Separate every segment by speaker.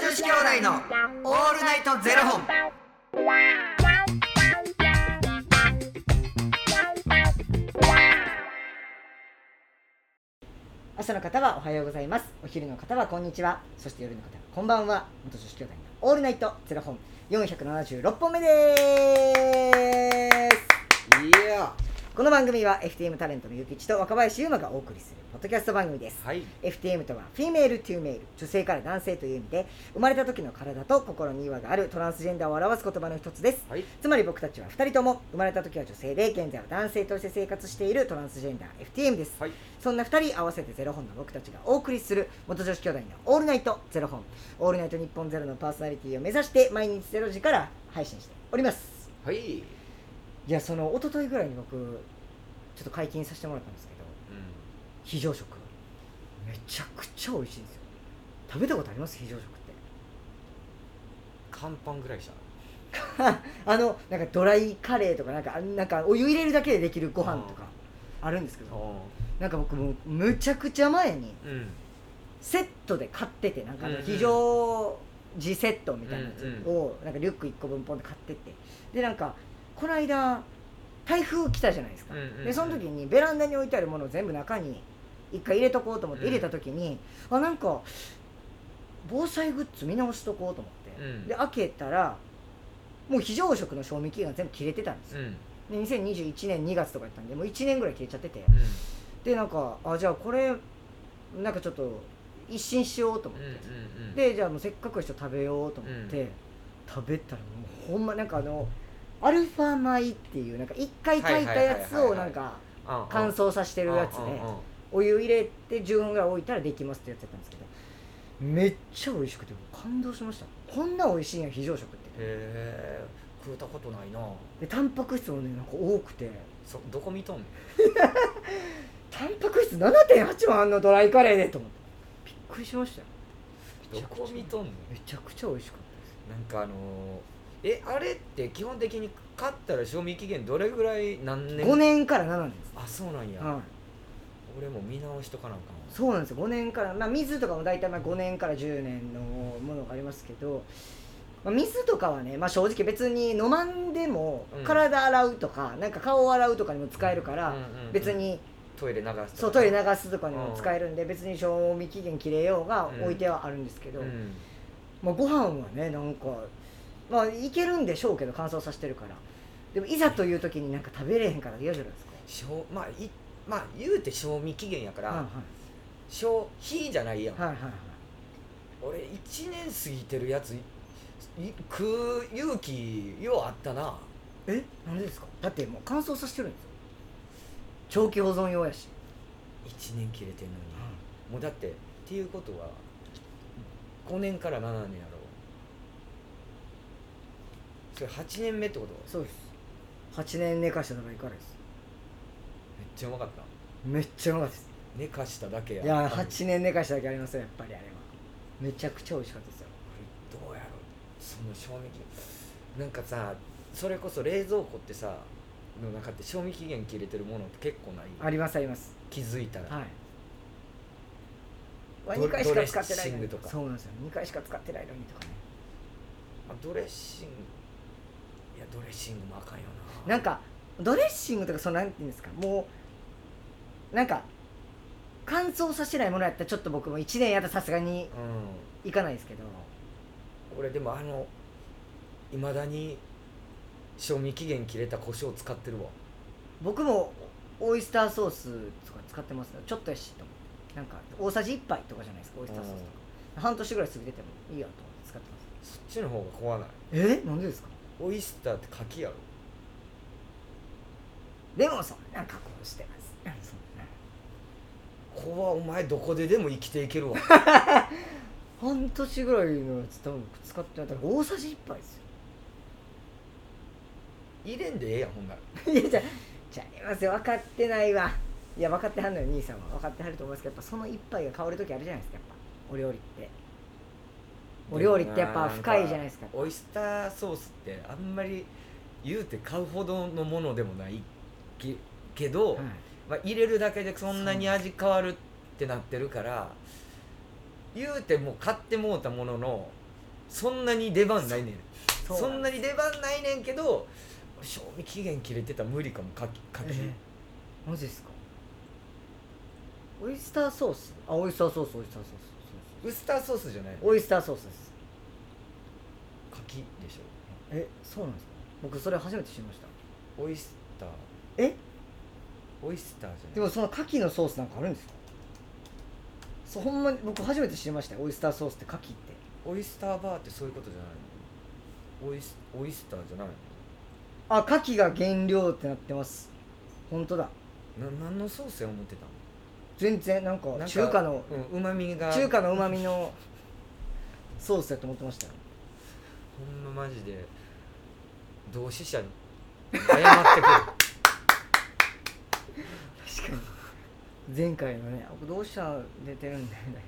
Speaker 1: 子兄弟のオールナイトゼロ本。
Speaker 2: 朝の方はおはようございますお昼の方はこんにちはそして夜の方はこんばんは元女子兄弟のオールナイトゼロ本476本目です
Speaker 1: いや
Speaker 2: この番組は FTM タレントのゆきちと若林優馬がお送りするポッドキャスト番組です
Speaker 1: はい
Speaker 2: FTM とはフィメール・トゥ・メール女性から男性という意味で生まれた時の体と心に違和があるトランスジェンダーを表す言葉の一つです
Speaker 1: はい
Speaker 2: つまり僕たちは2人とも生まれた時は女性で現在は男性として生活しているトランスジェンダー FTM です、
Speaker 1: はい
Speaker 2: そんな2人合わせてゼロ本の僕たちがお送りする元女子兄弟の「オールナイトゼロ本」「オールナイト日本ゼロのパーソナリティを目指して毎日ゼロ時から配信しております
Speaker 1: はい。
Speaker 2: いやその一昨日ぐらいに僕ちょっと解禁させてもらったんですけど非常食めちゃくちゃ美味しいんですよ食べたことあります非常食って
Speaker 1: 乾パンぐらいした。
Speaker 2: あのなんかドライカレーとかなんかあなんかお湯入れるだけでできるご飯とかあるんですけどなんか僕もうむちゃくちゃ前に
Speaker 1: うん。
Speaker 2: セットで買っててなんかあの
Speaker 1: うんうん
Speaker 2: 非常時セットみたいなやつ
Speaker 1: う
Speaker 2: をなんかリュック1個分ポンって買ってってでなんかこの間台風来たじゃないですか、
Speaker 1: うんうんうん
Speaker 2: でその時にベランダに置いてあるものを全部中に一回入れとこうと思って入れた時に、あなんか防災グッズ見直しとこうと思って、
Speaker 1: うん
Speaker 2: で開けたらもう非常食の賞味期限が全部切れてたんです
Speaker 1: う
Speaker 2: よ、
Speaker 1: ん。
Speaker 2: で2021年2月とかやったんでもう1年ぐらい切れちゃってて、
Speaker 1: うん。
Speaker 2: でなんかあじゃあこれなんかちょっと一新しようと思
Speaker 1: う
Speaker 2: っ
Speaker 1: ん
Speaker 2: て、
Speaker 1: うんうん。
Speaker 2: でじゃあもうせっかくだし食べようと思って、食べたらもうほんまなんかあのアルファ米っていうなんか一回炊いたやつをなんか
Speaker 1: うんうん、
Speaker 2: 乾
Speaker 1: す
Speaker 2: 燥させてるやつで、お湯入れて10分ぐらい置いたらできますってやつやったんですけどめっちゃ美味しくて感動しましたこんな美味しいんや非常食って
Speaker 1: へえ食うたことないな
Speaker 2: でタンパク質もねなんか多くて
Speaker 1: そどこ見とんねん
Speaker 2: タンパク質7.8もあんのドライカレーでと思ってびっくりしましたよめち
Speaker 1: ど
Speaker 2: ゃくちゃ
Speaker 1: こ見とんねん
Speaker 2: めちゃくちゃ美味しかったです
Speaker 1: なんかあのーえあれって基本的に買ったら賞味期限どれぐらい何年
Speaker 2: 5年から7年です、
Speaker 1: あそうなんや、
Speaker 2: はい、
Speaker 1: 俺も見直しとかなんかな
Speaker 2: そうなんですよ5年から、まあ、水とかも大体まあ5年から10年のものがありますけど、まあ、水とかはね、まあ、正直別に飲まんでも
Speaker 1: うん
Speaker 2: 体洗うとか、なんか顔を洗うとかにも使えるから、
Speaker 1: うんうんうん
Speaker 2: 別に
Speaker 1: トイレ流すとか
Speaker 2: そうトイレ流すとかにも使えるんで、別に賞味期限切れようが
Speaker 1: うん
Speaker 2: 置いてはあるんですけど、
Speaker 1: うん
Speaker 2: まあ、ご飯はねなんかまあいけるんでしょうけど乾燥させてるからでもいざという時になんか食べれへんから嫌じゃないですか、
Speaker 1: しょうまあいまあ言うて賞味期限やか
Speaker 2: はい
Speaker 1: ら、消費じゃないやん、
Speaker 2: はいはいはいはい
Speaker 1: 俺1年過ぎてるやついい食う勇気ようあったな
Speaker 2: えなんでですかだってもう乾燥させてるんですよ長期保存用やし、
Speaker 1: 1年切れてんのに、もうだってっていうことは5年から7年やろそれ8年目ってこと
Speaker 2: そうです8年寝かしたのがいかがです
Speaker 1: めっちゃうまかった
Speaker 2: めっちゃうまかったです
Speaker 1: 寝かしただけや
Speaker 2: いや
Speaker 1: あれ
Speaker 2: 8年寝かしただけありますよやっぱりあれはめちゃくちゃ美味しかったですよ
Speaker 1: どうやろその賞味期限なんかさそれこそ冷蔵庫ってさの中って賞味期限切れてるものって結構ない
Speaker 2: ありますあります
Speaker 1: 気づいたら、
Speaker 2: はい
Speaker 1: ド
Speaker 2: 2回しか使ってないの
Speaker 1: ドレッシング
Speaker 2: に
Speaker 1: とか
Speaker 2: そうなんですよ2回しか使ってないのにとかね
Speaker 1: まあドレッシングいやドレッシングもあかんよな
Speaker 2: なんかドレッシングとかそのなんていうんですかもうなんか乾燥させてないものやったらちょっと僕も1年やったらさすがに
Speaker 1: うん
Speaker 2: いかないですけど
Speaker 1: 俺でもあのいまだに賞味期限切れた胡椒使ってるわ
Speaker 2: 僕もオイスターソースとか使ってますねちょっとやしと思ってなんか大さじ1杯とかじゃないですかオイスターソースとか半年ぐらい過ぎててもいいやと思って使ってます
Speaker 1: そっちの方が怖ない
Speaker 2: えなんでですか
Speaker 1: オイスターって柿やろ
Speaker 2: でもそんな加工してますなんかそんな
Speaker 1: 怖お前どこででも生きていけるわ
Speaker 2: 半年ぐらいのやつ多分使ってないだから大さじ1杯ですよ入
Speaker 1: 入れんでええやんほんな ら
Speaker 2: いやじゃあちゃいますよ分かってないわいや分かってはんのよ兄さんは分かってはると思いますけどやっぱその一杯が香る時あるじゃないですかやっぱお料理ってお料理ってやっぱ深いじゃないですか
Speaker 1: オイスターソースってあんまり言うて買うほどのものでもないけけど、
Speaker 2: はい
Speaker 1: まあ、入れるだけでそんなに味変わるってなってるから言うてもう買ってもうたもののそんなに出番ないねんそ
Speaker 2: そうなんん
Speaker 1: なに出番ないねんけど俺賞味期限切れてたら無理かもかきかき、
Speaker 2: えマジですかオイスターソースあオイスターソースオイスターソース
Speaker 1: ウスターソースじゃないの
Speaker 2: オイスターソースです
Speaker 1: かきでしょ
Speaker 2: えそうなんですか僕それ初めて知りました
Speaker 1: オイスター
Speaker 2: え
Speaker 1: オイスターじゃない
Speaker 2: でもその牡蠣のソースなんかあるんですかそうほんまに僕初めて知りましたよオイスターソースって牡蠣って
Speaker 1: オイスターバーってそういうことじゃないのオイスオイスターじゃない
Speaker 2: あ牡蠣が原料ってなってます本当だ
Speaker 1: のな何のソースや思ってた
Speaker 2: 全然なん
Speaker 1: の
Speaker 2: か
Speaker 1: なんか
Speaker 2: 中華の
Speaker 1: うんうまみが
Speaker 2: 中華のうまみの ソースだと思ってましたよ
Speaker 1: ほんまマジで同志社に謝ってく
Speaker 2: 確かに前回のね僕同志社出てるんだよね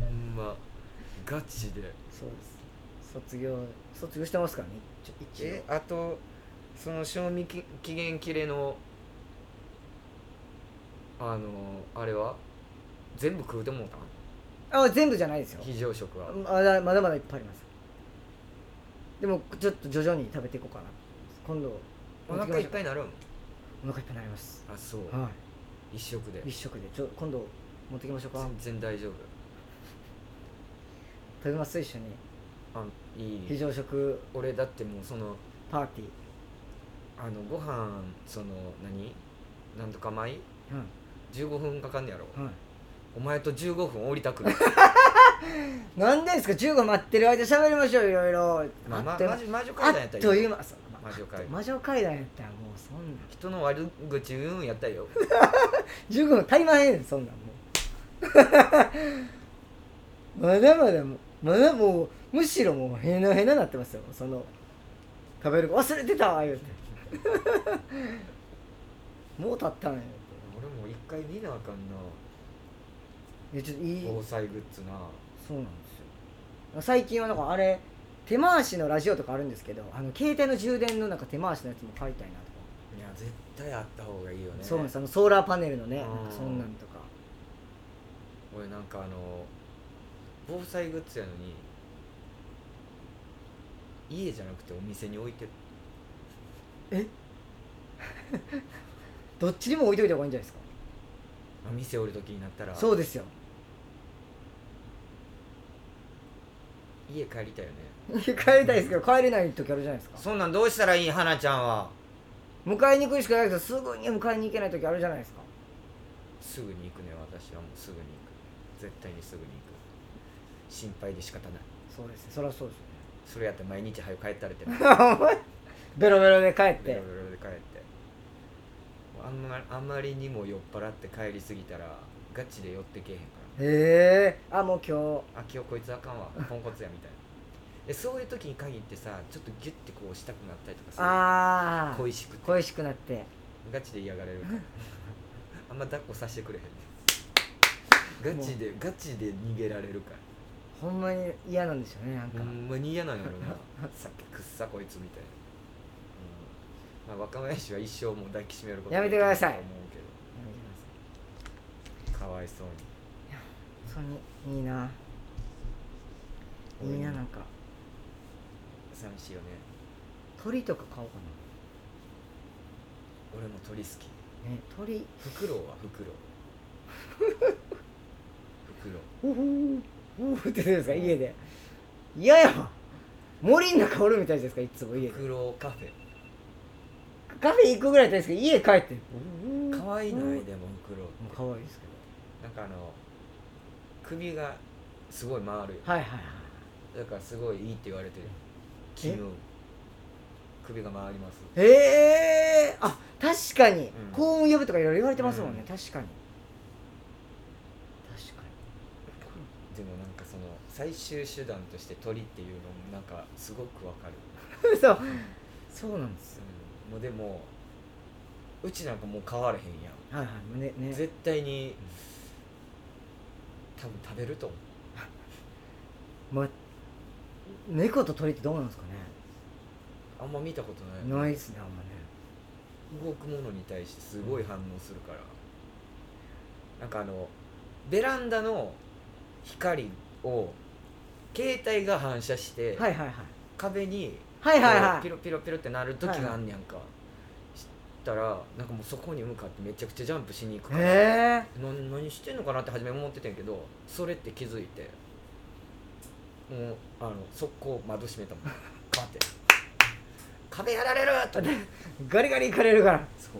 Speaker 1: る ほんまガチ
Speaker 2: そ
Speaker 1: で
Speaker 2: うです卒業卒業してますからね一応一
Speaker 1: え
Speaker 2: 応
Speaker 1: あとその賞味期期限切れのあのあれは全部食うてもうたん
Speaker 2: あ全部じゃないですよ
Speaker 1: 非常食は
Speaker 2: まだまだまだいっぱいありますでもちょっと徐々に食べていこうかな今度
Speaker 1: お腹いっ
Speaker 2: い
Speaker 1: ぱいになるん
Speaker 2: お腹いっぱいになります
Speaker 1: あそう
Speaker 2: は
Speaker 1: 一食で
Speaker 2: い一食でちょ今度持ってきましょうか
Speaker 1: 全然大丈夫
Speaker 2: 食べます一緒に
Speaker 1: あい
Speaker 2: 非
Speaker 1: い
Speaker 2: 常食
Speaker 1: 俺だってもうその
Speaker 2: パーティー
Speaker 1: あのご飯その何なんとか米
Speaker 2: う
Speaker 1: 15分かかんねやろ
Speaker 2: んはい
Speaker 1: お前と15分降りたくない
Speaker 2: なんでですか15待ってる間喋りましょういろいろ
Speaker 1: まあま
Speaker 2: 待
Speaker 1: あ
Speaker 2: って
Speaker 1: 魔
Speaker 2: ま
Speaker 1: 女魔女
Speaker 2: あ
Speaker 1: 階段
Speaker 2: っ
Speaker 1: やっ
Speaker 2: たと
Speaker 1: らいい
Speaker 2: いう
Speaker 1: よ
Speaker 2: 間そう
Speaker 1: 魔女階段
Speaker 2: 魔女階段やったらもうそんな
Speaker 1: 人の悪口言うんやったらよ
Speaker 2: 15分足りまへんそんなんもう まだまだもうまだもうむしろもうへなへななってますよその食べる忘れてたわ言うて もう経ったんや
Speaker 1: 俺も一回見なあかんない
Speaker 2: やちょっといい
Speaker 1: 防災グッズな
Speaker 2: そうなんですよ最近はなんかあれ手回しのラジオとかあるんですけどあの携帯の充電のなんか手回しのやつも買いたいなとか
Speaker 1: いや絶対あった方がいいよね
Speaker 2: そうなんですあのソーラーパネルのね
Speaker 1: う
Speaker 2: なんんかそんなんとか
Speaker 1: 俺なんかあの防災グッズやのに家じゃなくてお店に置いてる
Speaker 2: どっちにも置いといた方がいいんじゃないですか
Speaker 1: あ店おる時になったら
Speaker 2: そうですよ
Speaker 1: 家帰りたいよ ね
Speaker 2: 帰りたいですけど帰れない時あるじゃないですか
Speaker 1: そんなんどうしたらいい花ちゃんは
Speaker 2: 迎えに行くしかないけどすぐに迎えに行けない時あるじゃないですか
Speaker 1: すぐに行くね私はもうすぐに行く絶対にすぐに行く心配で仕方ない
Speaker 2: そうですねそりゃそうですよね
Speaker 1: それやったら毎日早く帰った れて
Speaker 2: お前ベロベロで帰って
Speaker 1: ベロベロで帰ってあんまあんまりにも酔っ払って帰りすぎたらガチで寄ってけえへんか
Speaker 2: へえあもう今
Speaker 1: らあ今日こいつあかんわポンコツやみ たいなえそういう時に限ってさちょっとギュッてこうしたくなったりとか
Speaker 2: 日
Speaker 1: さ
Speaker 2: ああ
Speaker 1: 恋しくて
Speaker 2: 恋しくなって
Speaker 1: ガチで嫌がられる からあんま抱っこさせてくれへんねガチでガチで逃げられるから
Speaker 2: ほんまに嫌なんですよねなんか、
Speaker 1: ほんまに嫌なんやろな さっきくっさこいつみたいな、うんまあ、若林は一生もう抱きしめること
Speaker 2: やめてください
Speaker 1: できると思うけどかわいそう
Speaker 2: それにいいない
Speaker 1: に
Speaker 2: いななんか
Speaker 1: 寂しいよね
Speaker 2: 鳥とか買おうか
Speaker 1: 俺も鳥好き
Speaker 2: なね鳥
Speaker 1: フクロウはフクロウ フクロウ
Speaker 2: うふううふって言うんですか家で嫌やわ森の中おるみたいじゃないですかいつも家で
Speaker 1: フクロウカフェ
Speaker 2: カフェ行くぐらいですけど家帰って
Speaker 1: かわいいな
Speaker 2: も
Speaker 1: いうでもフクロウって
Speaker 2: 可愛いですけ
Speaker 1: なんかあの首がすごい回る
Speaker 2: どはいはいはい
Speaker 1: だからすごいいいって言われてる金運首が回ります
Speaker 2: ええー、あ確かに、
Speaker 1: ん
Speaker 2: 幸運呼ぶとかいろいろ言われてますもんね、
Speaker 1: うん
Speaker 2: 確かに確か
Speaker 1: でもなんかその最終手段として鳥っていうのもなんかすごくわかる、
Speaker 2: にそうそうなんですよ
Speaker 1: うん、もうでもうちなんかもう変われへんや
Speaker 2: は
Speaker 1: ん
Speaker 2: いはいねね
Speaker 1: 絶対に多分食べると思う
Speaker 2: ま、猫と鳥ってどうなんですかね
Speaker 1: あんま見たことない
Speaker 2: ないですねあんまね
Speaker 1: 動くものに対してすごい反応するから、なんかあのベランダの光を携帯が反射して、
Speaker 2: はいはいはい
Speaker 1: 壁に
Speaker 2: はいはいはい
Speaker 1: ピロピロピロってなる時があんねやんか、したらなんかもうそこに向かってめちゃくちゃジャンプしに行くから、
Speaker 2: へえ
Speaker 1: な何してんのかなって初め思ってたんやけどそれって気づいてもうあの速攻窓閉め たもんバッて「壁やられる!」と思って
Speaker 2: ガリガリいかれるから
Speaker 3: そ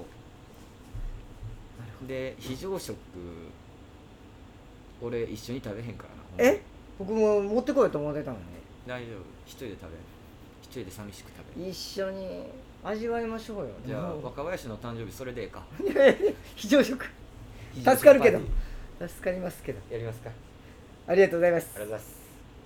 Speaker 3: うで非常食俺一緒に食べへんからなほんま
Speaker 2: え僕も持ってこようと思ってたのに
Speaker 3: 大丈夫一人で食べる一人で寂しく食べる
Speaker 2: 一緒に味わいましょうよ
Speaker 3: じゃあ
Speaker 2: もう
Speaker 3: 若林の誕生日それでええか
Speaker 2: 非常食助かるけど助かりますけど
Speaker 1: やりますかあ
Speaker 2: ありがとうございます
Speaker 1: りがとうございます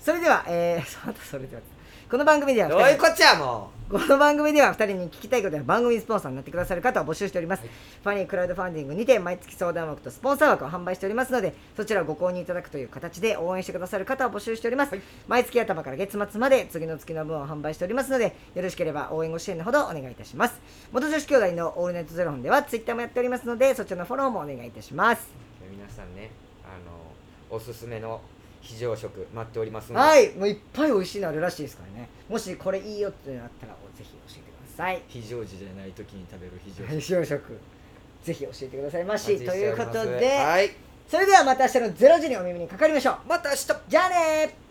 Speaker 2: それではえー、 またそれではこの番組では二
Speaker 1: どうい
Speaker 2: 人
Speaker 1: うこっちゃも
Speaker 2: この番組では2人に聞きたいことや番組スポンサーになってくださる方を募集しております、
Speaker 1: はい
Speaker 2: ファニークラウドファンディングにて毎月相談枠とスポンサー枠を販売しておりますのでそちらをご購入いただくという形で応援してくださる方を募集しております、
Speaker 1: はい
Speaker 2: 毎月頭から月末まで次の月の分を販売しておりますのでよろしければ応援ご支援のほどお願いいたします元女子兄弟のオールナイトゼロ本ではツイッターもやっておりますのでそちらのフォローもお願いいたします
Speaker 1: う皆さんねあのおすすめの非常食待っておりますので、
Speaker 2: はいもういっぱい美味しいのあるらしいですからねもしこれいいよってなったらぜひ教えてください
Speaker 1: 非常時じゃない時に食べる非常食
Speaker 2: 非常食ぜひ教えてくださいま
Speaker 1: お待
Speaker 2: し
Speaker 1: ち
Speaker 2: と
Speaker 1: してお
Speaker 2: い
Speaker 1: り
Speaker 2: う
Speaker 1: ま
Speaker 2: こ
Speaker 1: す
Speaker 2: とで
Speaker 1: はい
Speaker 2: それではまた明日の0時にお耳にかかりましょう
Speaker 1: また明日
Speaker 2: じゃあねー